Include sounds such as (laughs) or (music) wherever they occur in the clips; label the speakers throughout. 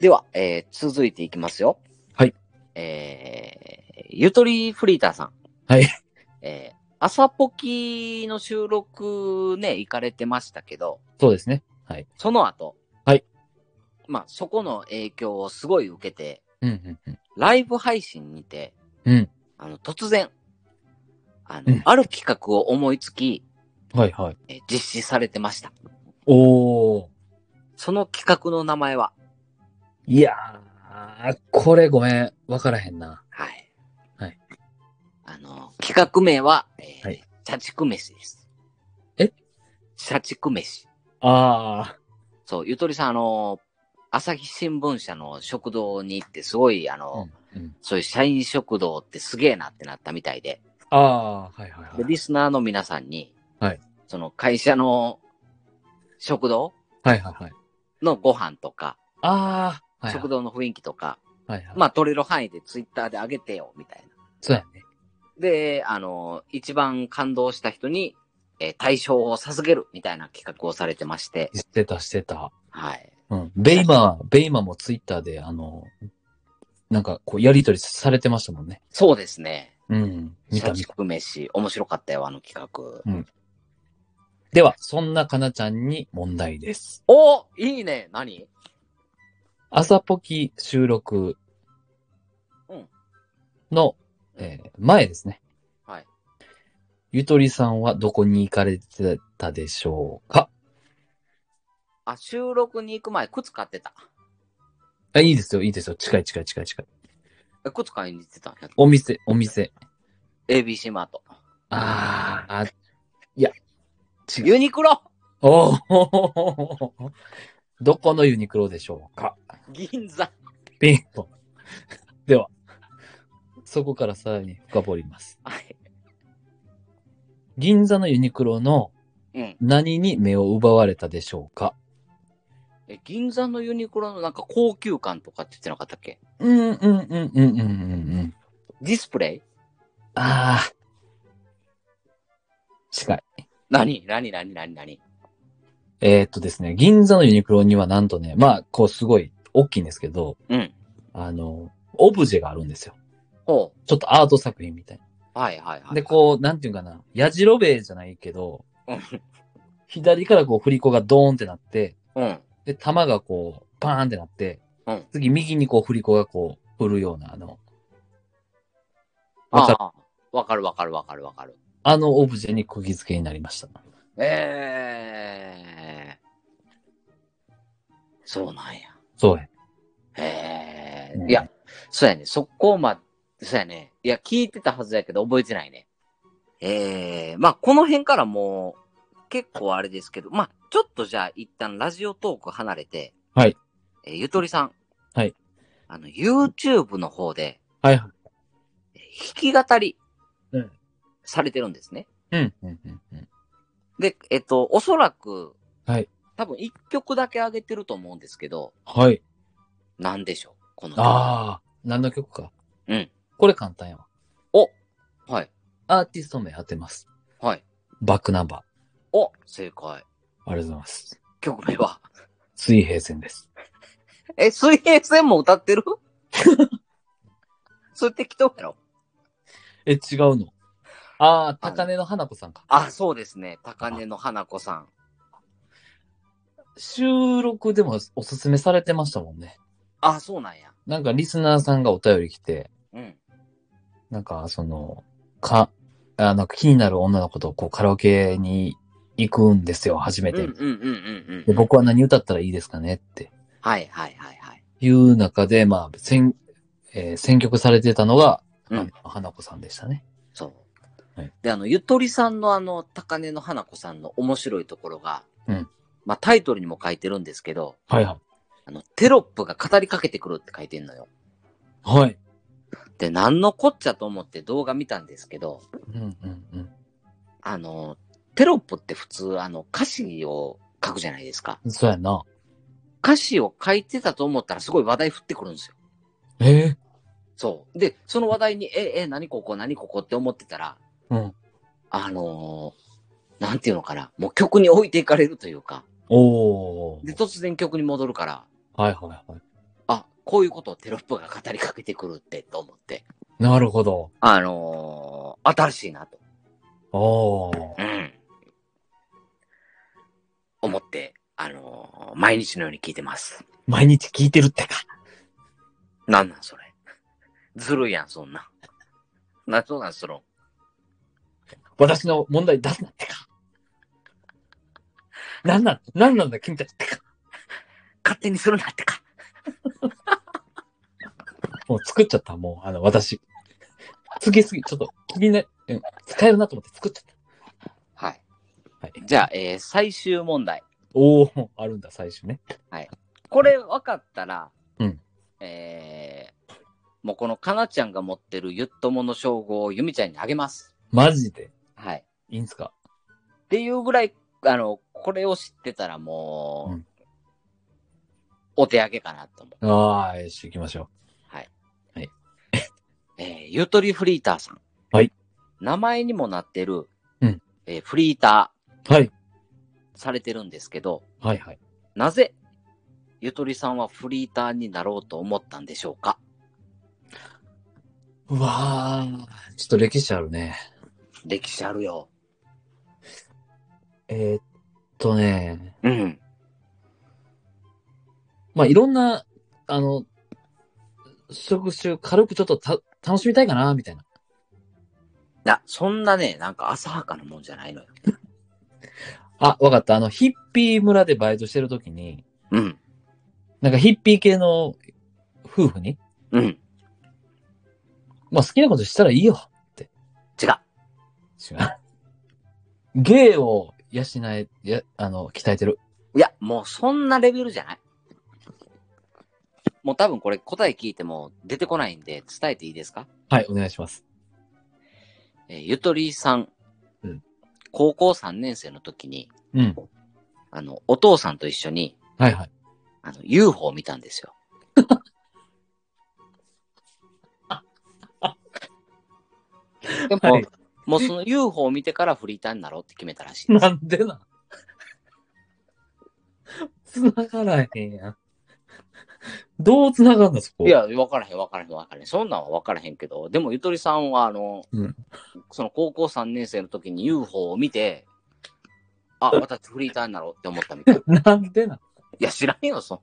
Speaker 1: では、えー続いていきますよ。
Speaker 2: はい。
Speaker 1: えーゆとりフリーターさん。
Speaker 2: はい。
Speaker 1: えー朝ポキの収録ね、行かれてましたけど、
Speaker 2: そうですね。
Speaker 1: その後。
Speaker 2: はい。
Speaker 1: まあ、そこの影響をすごい受けて、
Speaker 2: うんうんうん。
Speaker 1: ライブ配信にて、
Speaker 2: うん。
Speaker 1: あの、突然、あの、
Speaker 2: うん
Speaker 1: ある企画を思いつき、
Speaker 2: はいはい。
Speaker 1: えー実施されてました。
Speaker 2: おー。
Speaker 1: その企画の名前は、
Speaker 2: いやー、これごめん。わからへんな。
Speaker 1: はい。
Speaker 2: はい。
Speaker 1: あの、企画名は、えー
Speaker 2: はい
Speaker 1: 社畜飯です。
Speaker 2: え
Speaker 1: 社畜飯。
Speaker 2: あ
Speaker 1: そう、ゆとりさん、あの、朝日新聞社の食堂に行って、すごい、あの、
Speaker 2: うんうん
Speaker 1: そういう社員食堂ってすげえなってなったみたいで、
Speaker 2: ー。あー、はいはい
Speaker 1: で
Speaker 2: はい
Speaker 1: リ。スナーの皆さんに、
Speaker 2: はい
Speaker 1: その会社の食堂
Speaker 2: はいはいはい。
Speaker 1: のご飯とか、
Speaker 2: あー、はいはい。
Speaker 1: 食堂の雰囲気とか、
Speaker 2: はいはい。
Speaker 1: まあ、取れる範囲でツイッターで上げてよ、みたいな。
Speaker 2: そうやね。
Speaker 1: で、あの、一番感動した人に、えー大賞を授けるみたいな企画をされてまして、
Speaker 2: してたしてた。
Speaker 1: はい。
Speaker 2: うん。ベイマー、ベイマーもツイッターで、あの、なんかこう、やりとりされてましたもんね。
Speaker 1: そうですね。
Speaker 2: うん。見た
Speaker 1: 社
Speaker 2: 見た。
Speaker 1: 畜飯、面白かったよ、あの企画。
Speaker 2: では、そんなかなちゃんに問題です。
Speaker 1: おいいね何
Speaker 2: 朝ポキ収録
Speaker 1: うん
Speaker 2: の、えー前ですね。
Speaker 1: はい。
Speaker 2: ゆとりさんはどこに行かれてたでしょうか
Speaker 1: あ、収録に行く前、靴買ってた。
Speaker 2: あいいですよ、いいですよ。近い近い近い近い。
Speaker 1: え、靴買いに行ってたんや。
Speaker 2: お店、お店。
Speaker 1: ABC マート。
Speaker 2: あー、あいや、違う。
Speaker 1: ユニクロ
Speaker 2: おー (laughs) どこのユニクロでしょうか
Speaker 1: 銀座。
Speaker 2: ピンポン。 (laughs) では、そこからさらに深掘ります。
Speaker 1: はい。
Speaker 2: 銀座のユニクロの
Speaker 1: うん。
Speaker 2: 何に目を奪われたでしょうか
Speaker 1: え、銀座のユニクロのなんか高級感とかって言ってなかったっけ
Speaker 2: うんうんうんうんうんうんうん。
Speaker 1: ディスプレイ
Speaker 2: ああ。近い。
Speaker 1: 何何何何何
Speaker 2: えーっとですね、銀座のユニクロにはなんとね、まあ、こうすごい大きいんですけど、
Speaker 1: うん。
Speaker 2: あの、オブジェがあるんですよ。
Speaker 1: ほ。
Speaker 2: ちょっとアート作品みたいう
Speaker 1: はいはいは
Speaker 2: な。
Speaker 1: い。
Speaker 2: で、こう、なんていうんかな、矢印べじゃないけど
Speaker 1: うん、
Speaker 2: 左からこう振り子がドーンってなって、
Speaker 1: う。うん。
Speaker 2: で、弾がこう、パーンってなって、
Speaker 1: うん
Speaker 2: 次右にこう振り子がこう、振るような、あの、わかる
Speaker 1: ああわかるわかるわかるわかる。
Speaker 2: あのオブジェに釘付けになりました。
Speaker 1: ええそうなんや。
Speaker 2: そうや。
Speaker 1: ええ
Speaker 2: うん
Speaker 1: いや、そうやね。そこま、そうやね。いや、聞いてたはずやけど覚えてないね。ええまあ、この辺からもう、結構あれですけど、まあ、ちょっとじゃあ一旦ラジオトーク離れて、
Speaker 2: はい。
Speaker 1: えーゆとりさん。
Speaker 2: はい。
Speaker 1: あの、YouTube の方で、
Speaker 2: はいはい。
Speaker 1: えー弾き語り
Speaker 2: うん、
Speaker 1: されてるんですね。
Speaker 2: うん、うん、うん、うん。
Speaker 1: で、えっと、おそらく、
Speaker 2: はい。
Speaker 1: 多分一曲だけ上げてると思うんですけど、
Speaker 2: はい。
Speaker 1: なんでしょうこの曲。
Speaker 2: ああ、何の曲か。
Speaker 1: うん。
Speaker 2: これ簡単やわ。
Speaker 1: あ。はい。
Speaker 2: アーティスト名当てます。
Speaker 1: はい。
Speaker 2: バックナンバー。
Speaker 1: お、正解。
Speaker 2: ありがとうございます。
Speaker 1: 曲名は。 (laughs)
Speaker 2: 水平線です。
Speaker 1: え、水平線も
Speaker 2: (laughs)
Speaker 1: 歌ってるそれ適当やろ
Speaker 2: え、違うのああ、高根の花子さんか。
Speaker 1: あ、そうですね。高根の花子さん。
Speaker 2: 収録でもおすすめされてましたもんね。
Speaker 1: あ、そうなんや。
Speaker 2: なんかリスナーさんがお便り来て、
Speaker 1: うん。
Speaker 2: なんか、その、か、あなんか気になる女の子とこうカラオケに行くんですよ、初
Speaker 1: う
Speaker 2: め
Speaker 1: んうん
Speaker 2: て。
Speaker 1: うんうんう
Speaker 2: で
Speaker 1: ん。
Speaker 2: 僕は何歌ったらいいですかねって
Speaker 1: はいはいはいはい。
Speaker 2: いう中で、まあ、選、えー選曲されてたのが、
Speaker 1: うん
Speaker 2: あの花子さんでしたね。
Speaker 1: そう。
Speaker 2: はい
Speaker 1: で、あの、ゆとりさんのあの、高根の花子さんの面白いところが、
Speaker 2: うん
Speaker 1: まあ、タイトルにも書いてるんですけど、
Speaker 2: はいはい。
Speaker 1: あの、テロップが語りかけてくるって書いてんのよ。
Speaker 2: はい。
Speaker 1: で、なんのこっちゃと思って動画見たんですけど、
Speaker 2: うんうんうん。
Speaker 1: あの、テロップって普通、あの、歌詞を書くじゃないですか。
Speaker 2: そうやな。
Speaker 1: 歌詞を書いてたと思ったらすごい話題降ってくるんですよ。
Speaker 2: え
Speaker 1: そう。で、その話題に、え、え、何ここ、何ここって思ってたら、
Speaker 2: ー、うん。
Speaker 1: あのーなんていうのかな、もう曲に置いていかれるというか、
Speaker 2: おー
Speaker 1: で、。突然曲に戻るから、
Speaker 2: はいはいはい。
Speaker 1: あ、こういうことをテロップが語りかけてくるってと思って、
Speaker 2: なるほど。
Speaker 1: あのー新しいなと、
Speaker 2: おー。
Speaker 1: うん、思って、あのー毎日のように聞いてます。
Speaker 2: 毎日聞いてるってか。
Speaker 1: なんなんそれ。ずるいやん、そんな。な、そうなんすろ。
Speaker 2: 私の問題出すなってか。なんなん、なんなんだ君たちってか。
Speaker 1: 勝手にするなってか。
Speaker 2: もう作っちゃった、もう、あの、私。次ぎすぎ、ちょっと気にな、うん、使えるなと思って作っちゃっ
Speaker 1: はい。
Speaker 2: た。はい。
Speaker 1: じゃあ、えー最終問題。
Speaker 2: おおもうあるんだ、最初ね。
Speaker 1: これ分かったら、
Speaker 2: うん
Speaker 1: えーもうこのかなちゃんが持ってるゆっともの称号をゆみちゃんにあげます。
Speaker 2: マジで。
Speaker 1: はい。っ
Speaker 2: いいんすか
Speaker 1: ていうぐらい、あの、これを知ってたらもう、
Speaker 2: うん
Speaker 1: お手上げかなと思う。
Speaker 2: ああ、よし、行きましょ
Speaker 1: えーゆとりフリーターさん。
Speaker 2: はい。
Speaker 1: 名前にもなってる、
Speaker 2: うん
Speaker 1: えーフリータ
Speaker 2: う。はい。
Speaker 1: ーされてるんですけど、
Speaker 2: はいはい。
Speaker 1: なぜ、ゆとりさんはフリーターになろうと思ったんでしょうか
Speaker 2: うわあ、ちょっと歴史あるね。
Speaker 1: 歴史あるよ。
Speaker 2: えーっとね、
Speaker 1: うん。
Speaker 2: まあ、いろんな、あの、職種軽くちょっとた楽しみたいかな、みたいな。
Speaker 1: な、そんなね、なんか浅はかなもんじゃないのよ。
Speaker 2: あ、わかった。あの、ヒッピー村でバイトしてるときに、
Speaker 1: うん。
Speaker 2: なんかヒッピー系の夫婦に、
Speaker 1: うん。違う。
Speaker 2: まあ、好きなことしたらいいよ。違う。芸を養え、や、あの、鍛えてる。
Speaker 1: いや、もうそんなレベルじゃない。もう多分これ答え聞いても出てこないんで伝えていいですか
Speaker 2: はい、お願いします。
Speaker 1: えーゆとりさん,、
Speaker 2: うん
Speaker 1: 高校3年生の時に、
Speaker 2: うん。
Speaker 1: あの、お父さんと一緒に、
Speaker 2: はいはい。
Speaker 1: あの、UFO を見た
Speaker 2: (laughs)
Speaker 1: んですよ。でも、
Speaker 2: はい
Speaker 1: もうその UFO を見てからフリーターになろうって決めたらしいです。
Speaker 2: (laughs) なんでな。繋がらへんやん。どう繋がんのそこ。
Speaker 1: い。や、分からへん、分からへん、分からへん。そんなんは分からへんけど、でもゆとりさんは、あの、
Speaker 2: うん
Speaker 1: その高校3年生の時に UFO を見て、あ、私フリーターになろうって思ったみたい。い
Speaker 2: なんでな。
Speaker 1: や、知らんよ、そん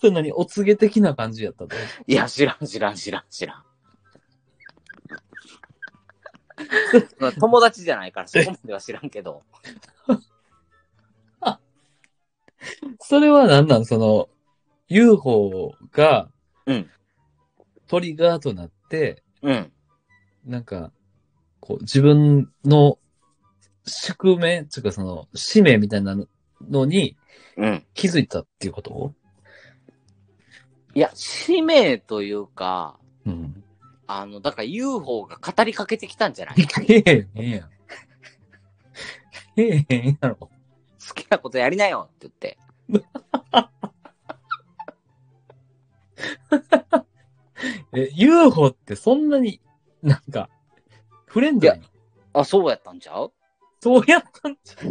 Speaker 2: それ何お告げ的な感じやったと。
Speaker 1: いや、知らん、知らん、知らん、知らん。まあ (laughs) 友達じゃない (laughs) から、そこまでは知らんけど、
Speaker 2: それはなんなんその、UFO が、
Speaker 1: うん
Speaker 2: トリガーとなって、
Speaker 1: うん。
Speaker 2: なんか、こう、自分の宿命、つうかその、使命みたいなのに
Speaker 1: うん。
Speaker 2: 気づいたっていうこと
Speaker 1: いや、使命というか、
Speaker 2: うん。
Speaker 1: あの、だから UFO が語りかけてきたんじ
Speaker 2: (laughs)
Speaker 1: ゃ (laughs) ない
Speaker 2: ええへんやん。ええへんやろ。
Speaker 1: 好きなことやりなよって言って。
Speaker 2: え、UFO ってそんなに、なんか、フレンドリーな
Speaker 1: あ、そうやったんちゃう
Speaker 2: そうやったんちゃ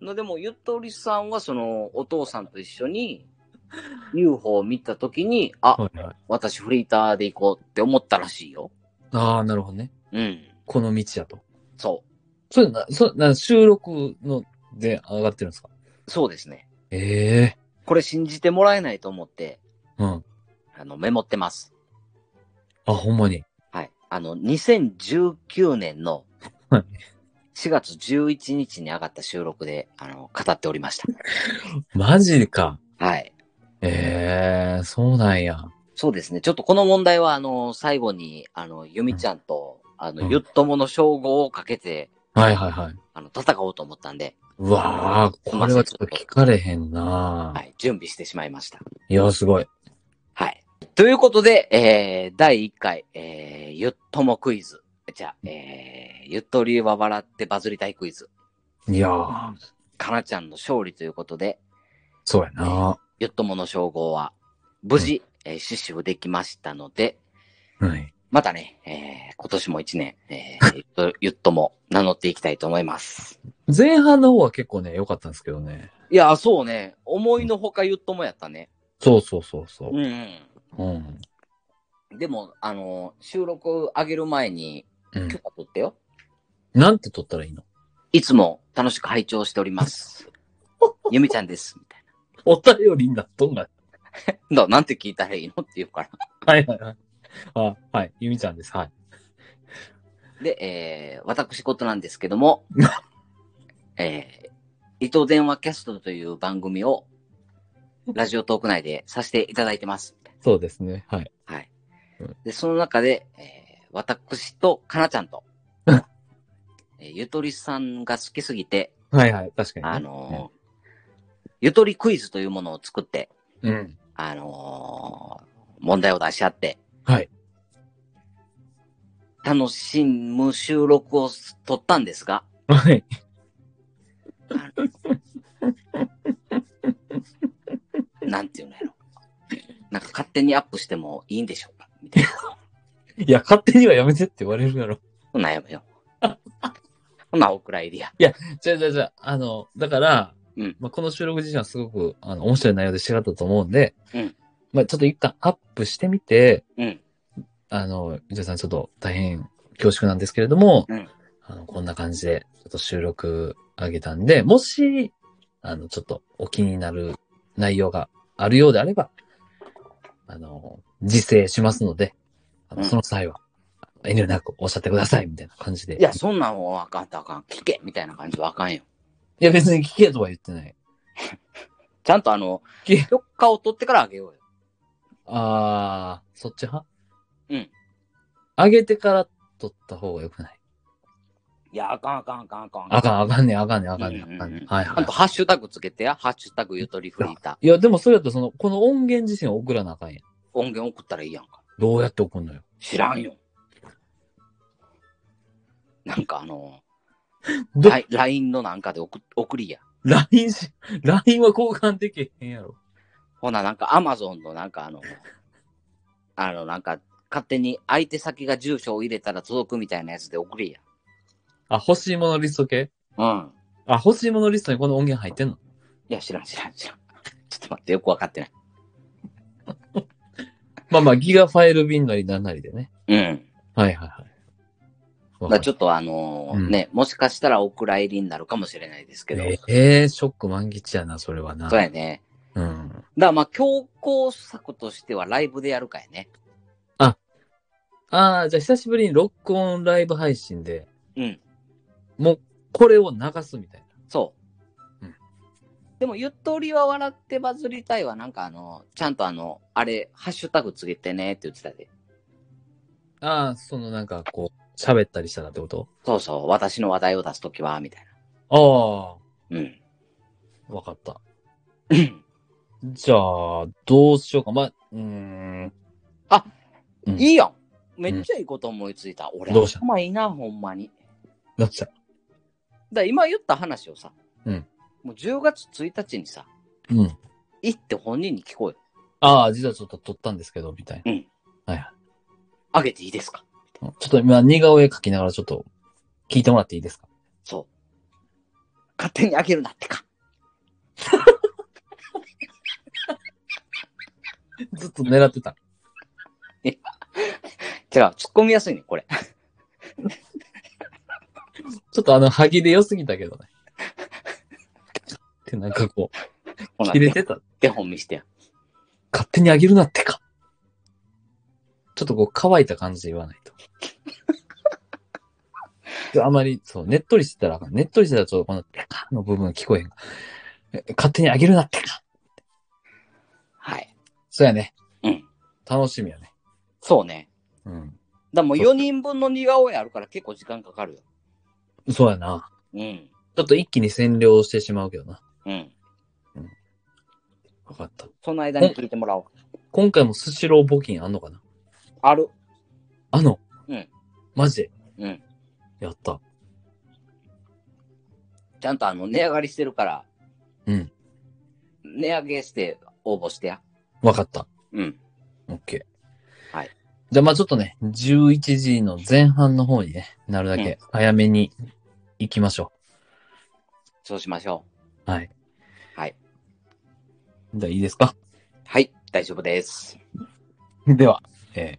Speaker 2: う
Speaker 1: のでも、ゆとりさんは、その、お父さんと一緒に、UFO を見たときに、あ、私フリーターで行こうって思ったらしいよ。
Speaker 2: ああ、なるほどね。
Speaker 1: うん。
Speaker 2: この道やと。
Speaker 1: そ
Speaker 2: それな、そな収録ので上がってるんですか
Speaker 1: う。そうですね。
Speaker 2: ええ
Speaker 1: これ信じてもらえないと思って、
Speaker 2: うん。
Speaker 1: あの、メモってます。
Speaker 2: あ、ほんまに。
Speaker 1: はい。あの、2019年の
Speaker 2: はい
Speaker 1: 4月11日に上がった収録で、あの、語っておりまし
Speaker 2: マジか。
Speaker 1: た。はい。
Speaker 2: ええそうなんや。
Speaker 1: そうですね。ちょっとこの問題は、あの、最後に、あの、ゆみちゃんと、あ
Speaker 2: う
Speaker 1: の、
Speaker 2: ん
Speaker 1: ゆっともの称号をかけて、
Speaker 2: はいはいはい。
Speaker 1: あの、戦おうと思ったんで、
Speaker 2: うわあ、これはちょっと聞かれへんな、
Speaker 1: はい、準備してしまいました。
Speaker 2: い、や、すごい。
Speaker 1: はい。ということで、えー、第1回、えー、ゆっともクイズ。じゃあ、えー、ゆっとりは笑ってバズりたいクイズ。
Speaker 2: いやー
Speaker 1: かなちゃんの勝利ということで、
Speaker 2: そうやな。
Speaker 1: ゆっともの称号は、無事、えー、死守できましたので、
Speaker 2: はい。
Speaker 1: またね、えー、今年も1年、えー、ゆっ (laughs) とゆっとも名乗っていきたいと思います。
Speaker 2: 前半の方は結構ね、良かったんですけどね。
Speaker 1: いや、そうね。思いのほか言っともやったね。
Speaker 2: そうそうそうそ
Speaker 1: うん、うん。
Speaker 2: う。うん。
Speaker 1: でも、あの、収録上げる前に
Speaker 2: うん
Speaker 1: 許。可取ってよ。
Speaker 2: なんて撮ったらいいの
Speaker 1: いつも楽しく拝聴しており (laughs) ます。ゆみちゃんです。みたい
Speaker 2: お便りになっとんが。
Speaker 1: な。だなんて聞いたらいいのって言うから。
Speaker 2: はいはいはい。あ、はい。ゆみちゃんです。はい。
Speaker 1: で、えー、私事なんですけ
Speaker 2: (laughs)
Speaker 1: ども、えー、伊藤電話キャストという番組を、ラジオトーク内でさせていただいてます。
Speaker 2: そうですね。はい。
Speaker 1: はい
Speaker 2: うん。
Speaker 1: で、その中で、えー私とかなちゃ
Speaker 2: (laughs)
Speaker 1: んと、えーゆとりさんが好きすぎて、
Speaker 2: はいはい。確かに、ね。
Speaker 1: あのーゆとりクイズというものを作って、
Speaker 2: うん。
Speaker 1: あのー問題を出し合って、
Speaker 2: はい。
Speaker 1: 楽しむ収録を撮ったんですが、
Speaker 2: はい。
Speaker 1: なんていうのやろ。なんか勝手にアップしてもいいんでしょうかみたいな。
Speaker 2: いや、勝手にはやめてって言われるやろ。
Speaker 1: そんなんやめよう。ほな、お蔵入りや。
Speaker 2: じゃあじゃあじゃあ、あの、だから、
Speaker 1: うん
Speaker 2: まあ、この収録自身はすごくあの面白い内容で仕上がったと思うんで、
Speaker 1: うん
Speaker 2: まあ、ちょっと一旦アップしてみて、
Speaker 1: うん
Speaker 2: あの、伊藤さんちょっと大変恐縮なんですけれども、
Speaker 1: うん
Speaker 2: あのこんな感じでちょっと収録上げたんで、もし、あの、ちょっとお気になる内容があるようであれば、あの、自制しますので、あの
Speaker 1: うん
Speaker 2: その際は、遠慮なくおっしゃってください、みたいな感じで。
Speaker 1: いや、そんなんはあかんとあかん。聞けみたいな感じはあかんよ。
Speaker 2: いや別に聞けとは言ってない。
Speaker 1: ちゃんとあの、
Speaker 2: 聞け
Speaker 1: 許可を取ってからあげようよ。
Speaker 2: あー、そっち派
Speaker 1: うん。
Speaker 2: 上げてから取った方が良くない
Speaker 1: いや、あかんあかんあかんあかん。
Speaker 2: あかん、あかんねんあかんねんあかんねん
Speaker 1: うんうんう
Speaker 2: あ
Speaker 1: ん
Speaker 2: かんねんはい
Speaker 1: ち
Speaker 2: は
Speaker 1: ゃん
Speaker 2: い
Speaker 1: と。ハッシュタグつけてや。ハッシュタグゆとりフリーター。
Speaker 2: いや、でもそれだとその、この音源自身を送らなあかんやん。
Speaker 1: 音源送ったらいいやんか。
Speaker 2: どうやって送んのよ。
Speaker 1: 知らんよ。なんかあの、
Speaker 2: ど、
Speaker 1: ライ LINE のなんかで送送りや。
Speaker 2: LINE し、LINE は交換できへんやろ。
Speaker 1: ほな、なんか Amazon のなんか (laughs) あの、あの、なんか勝手に相手先が住所を入れたら届くみたいなやつで送り
Speaker 2: あ、欲しいものリスト系
Speaker 1: や。うん。
Speaker 2: あ、欲しいものリストにこの音源入ってんの
Speaker 1: いや、知らん知らん知らん。 (laughs) ちょっと待って、よくわかってない。
Speaker 2: まあまあ、ギガファイル便なりなんなりでね。
Speaker 1: うん。
Speaker 2: はいはいはい。わ
Speaker 1: ま
Speaker 2: か
Speaker 1: あ
Speaker 2: る
Speaker 1: ちょっとあのー
Speaker 2: うん
Speaker 1: ね、もしかしたらお蔵入りになるかもしれないですけど、
Speaker 2: えー、ショック満喫やな、それはな。
Speaker 1: そうやね。
Speaker 2: うん。
Speaker 1: だからまあ強行策としてはライブでやるかやね。
Speaker 2: ああ、じゃあ久しぶりにロックオンライブ配信で、
Speaker 1: うん。
Speaker 2: もう、これを流すみたい
Speaker 1: そう。
Speaker 2: うん
Speaker 1: でも、ゆとりは笑ってバズりたいは、なんかあの、ちゃんとあの、あれ、ハッシュタグつけてねって言ってたで。
Speaker 2: な。ああ、そのなんか、こう、喋ったりしたらってこと
Speaker 1: そうそう、私の話題を出すときは、みたい
Speaker 2: あ
Speaker 1: な。
Speaker 2: (laughs)
Speaker 1: うん。
Speaker 2: あ、わかった。
Speaker 1: うん
Speaker 2: じゃあ、どうしようか。まあ、うーん。うん
Speaker 1: いいやん。めっちゃいいこと思いついた。俺、
Speaker 2: どうした
Speaker 1: 頭いいな、ほんまに。
Speaker 2: なっちゃ
Speaker 1: だから今言った話をさ、
Speaker 2: うん
Speaker 1: もう10月1日にさ、
Speaker 2: う。うん。
Speaker 1: 行って本人に聞こうよ。
Speaker 2: ああ、実はちょっと撮ったんですけど、みたいな。
Speaker 1: うん
Speaker 2: はいは
Speaker 1: あげていいですか
Speaker 2: い。ちょっと今、似顔絵描きながらちょっと、聞いてもらっていいですか
Speaker 1: そう。勝手にあげるなってか。
Speaker 2: ずっと狙ってた。
Speaker 1: 違う、突っ込みやすいね、これ。
Speaker 2: ちょっとあの、歯切れ良すぎたけどね。って (laughs) なんかこ
Speaker 1: ほ
Speaker 2: う、
Speaker 1: な
Speaker 2: 切れてた。
Speaker 1: 手本見してや。
Speaker 2: 勝手にあげるなってか。ちょっとこう乾いた感じで言わないと。 (laughs) であまり、そう、ねっとりしてたらあかん、ねっとりしてたらちょっとこのてかの部分聞こえへんから。え勝手にあげるなってか。
Speaker 1: はい。
Speaker 2: そうやね。
Speaker 1: うん。
Speaker 2: 楽しみやね。
Speaker 1: そうね。
Speaker 2: うん。
Speaker 1: だからもう4人分の似顔絵あるから結構時間かかるよ。
Speaker 2: そうやな。
Speaker 1: うん。
Speaker 2: ちょっと一気に占領してしまうけどな。
Speaker 1: うん。
Speaker 2: わかった。
Speaker 1: その間に聞いてもらおう。
Speaker 2: 今回もスシロー募金あんのかな
Speaker 1: ある。
Speaker 2: あの。
Speaker 1: うん。
Speaker 2: マジで。
Speaker 1: うん。
Speaker 2: やった。
Speaker 1: ちゃんとあの、値上がりしてるから。
Speaker 2: うん。
Speaker 1: 値上げして応募してや。
Speaker 2: わかった。
Speaker 1: うん。
Speaker 2: オッケー。
Speaker 1: はい。
Speaker 2: じゃあまあちょっとね、11時の前半の方にね、なるだけ早めに行きましょ
Speaker 1: そうしましょ
Speaker 2: う。はい。
Speaker 1: う。はい。
Speaker 2: じゃあいいですか (laughs)
Speaker 1: はい、大丈夫です。
Speaker 2: では、えー、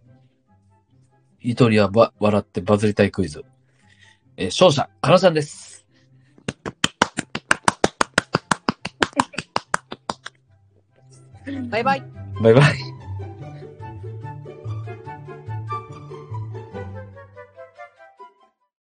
Speaker 2: ゆとりはば笑ってバズりたいクイズ。えー勝者、かなちゃんです。
Speaker 1: バイバイ。
Speaker 2: バイバイ。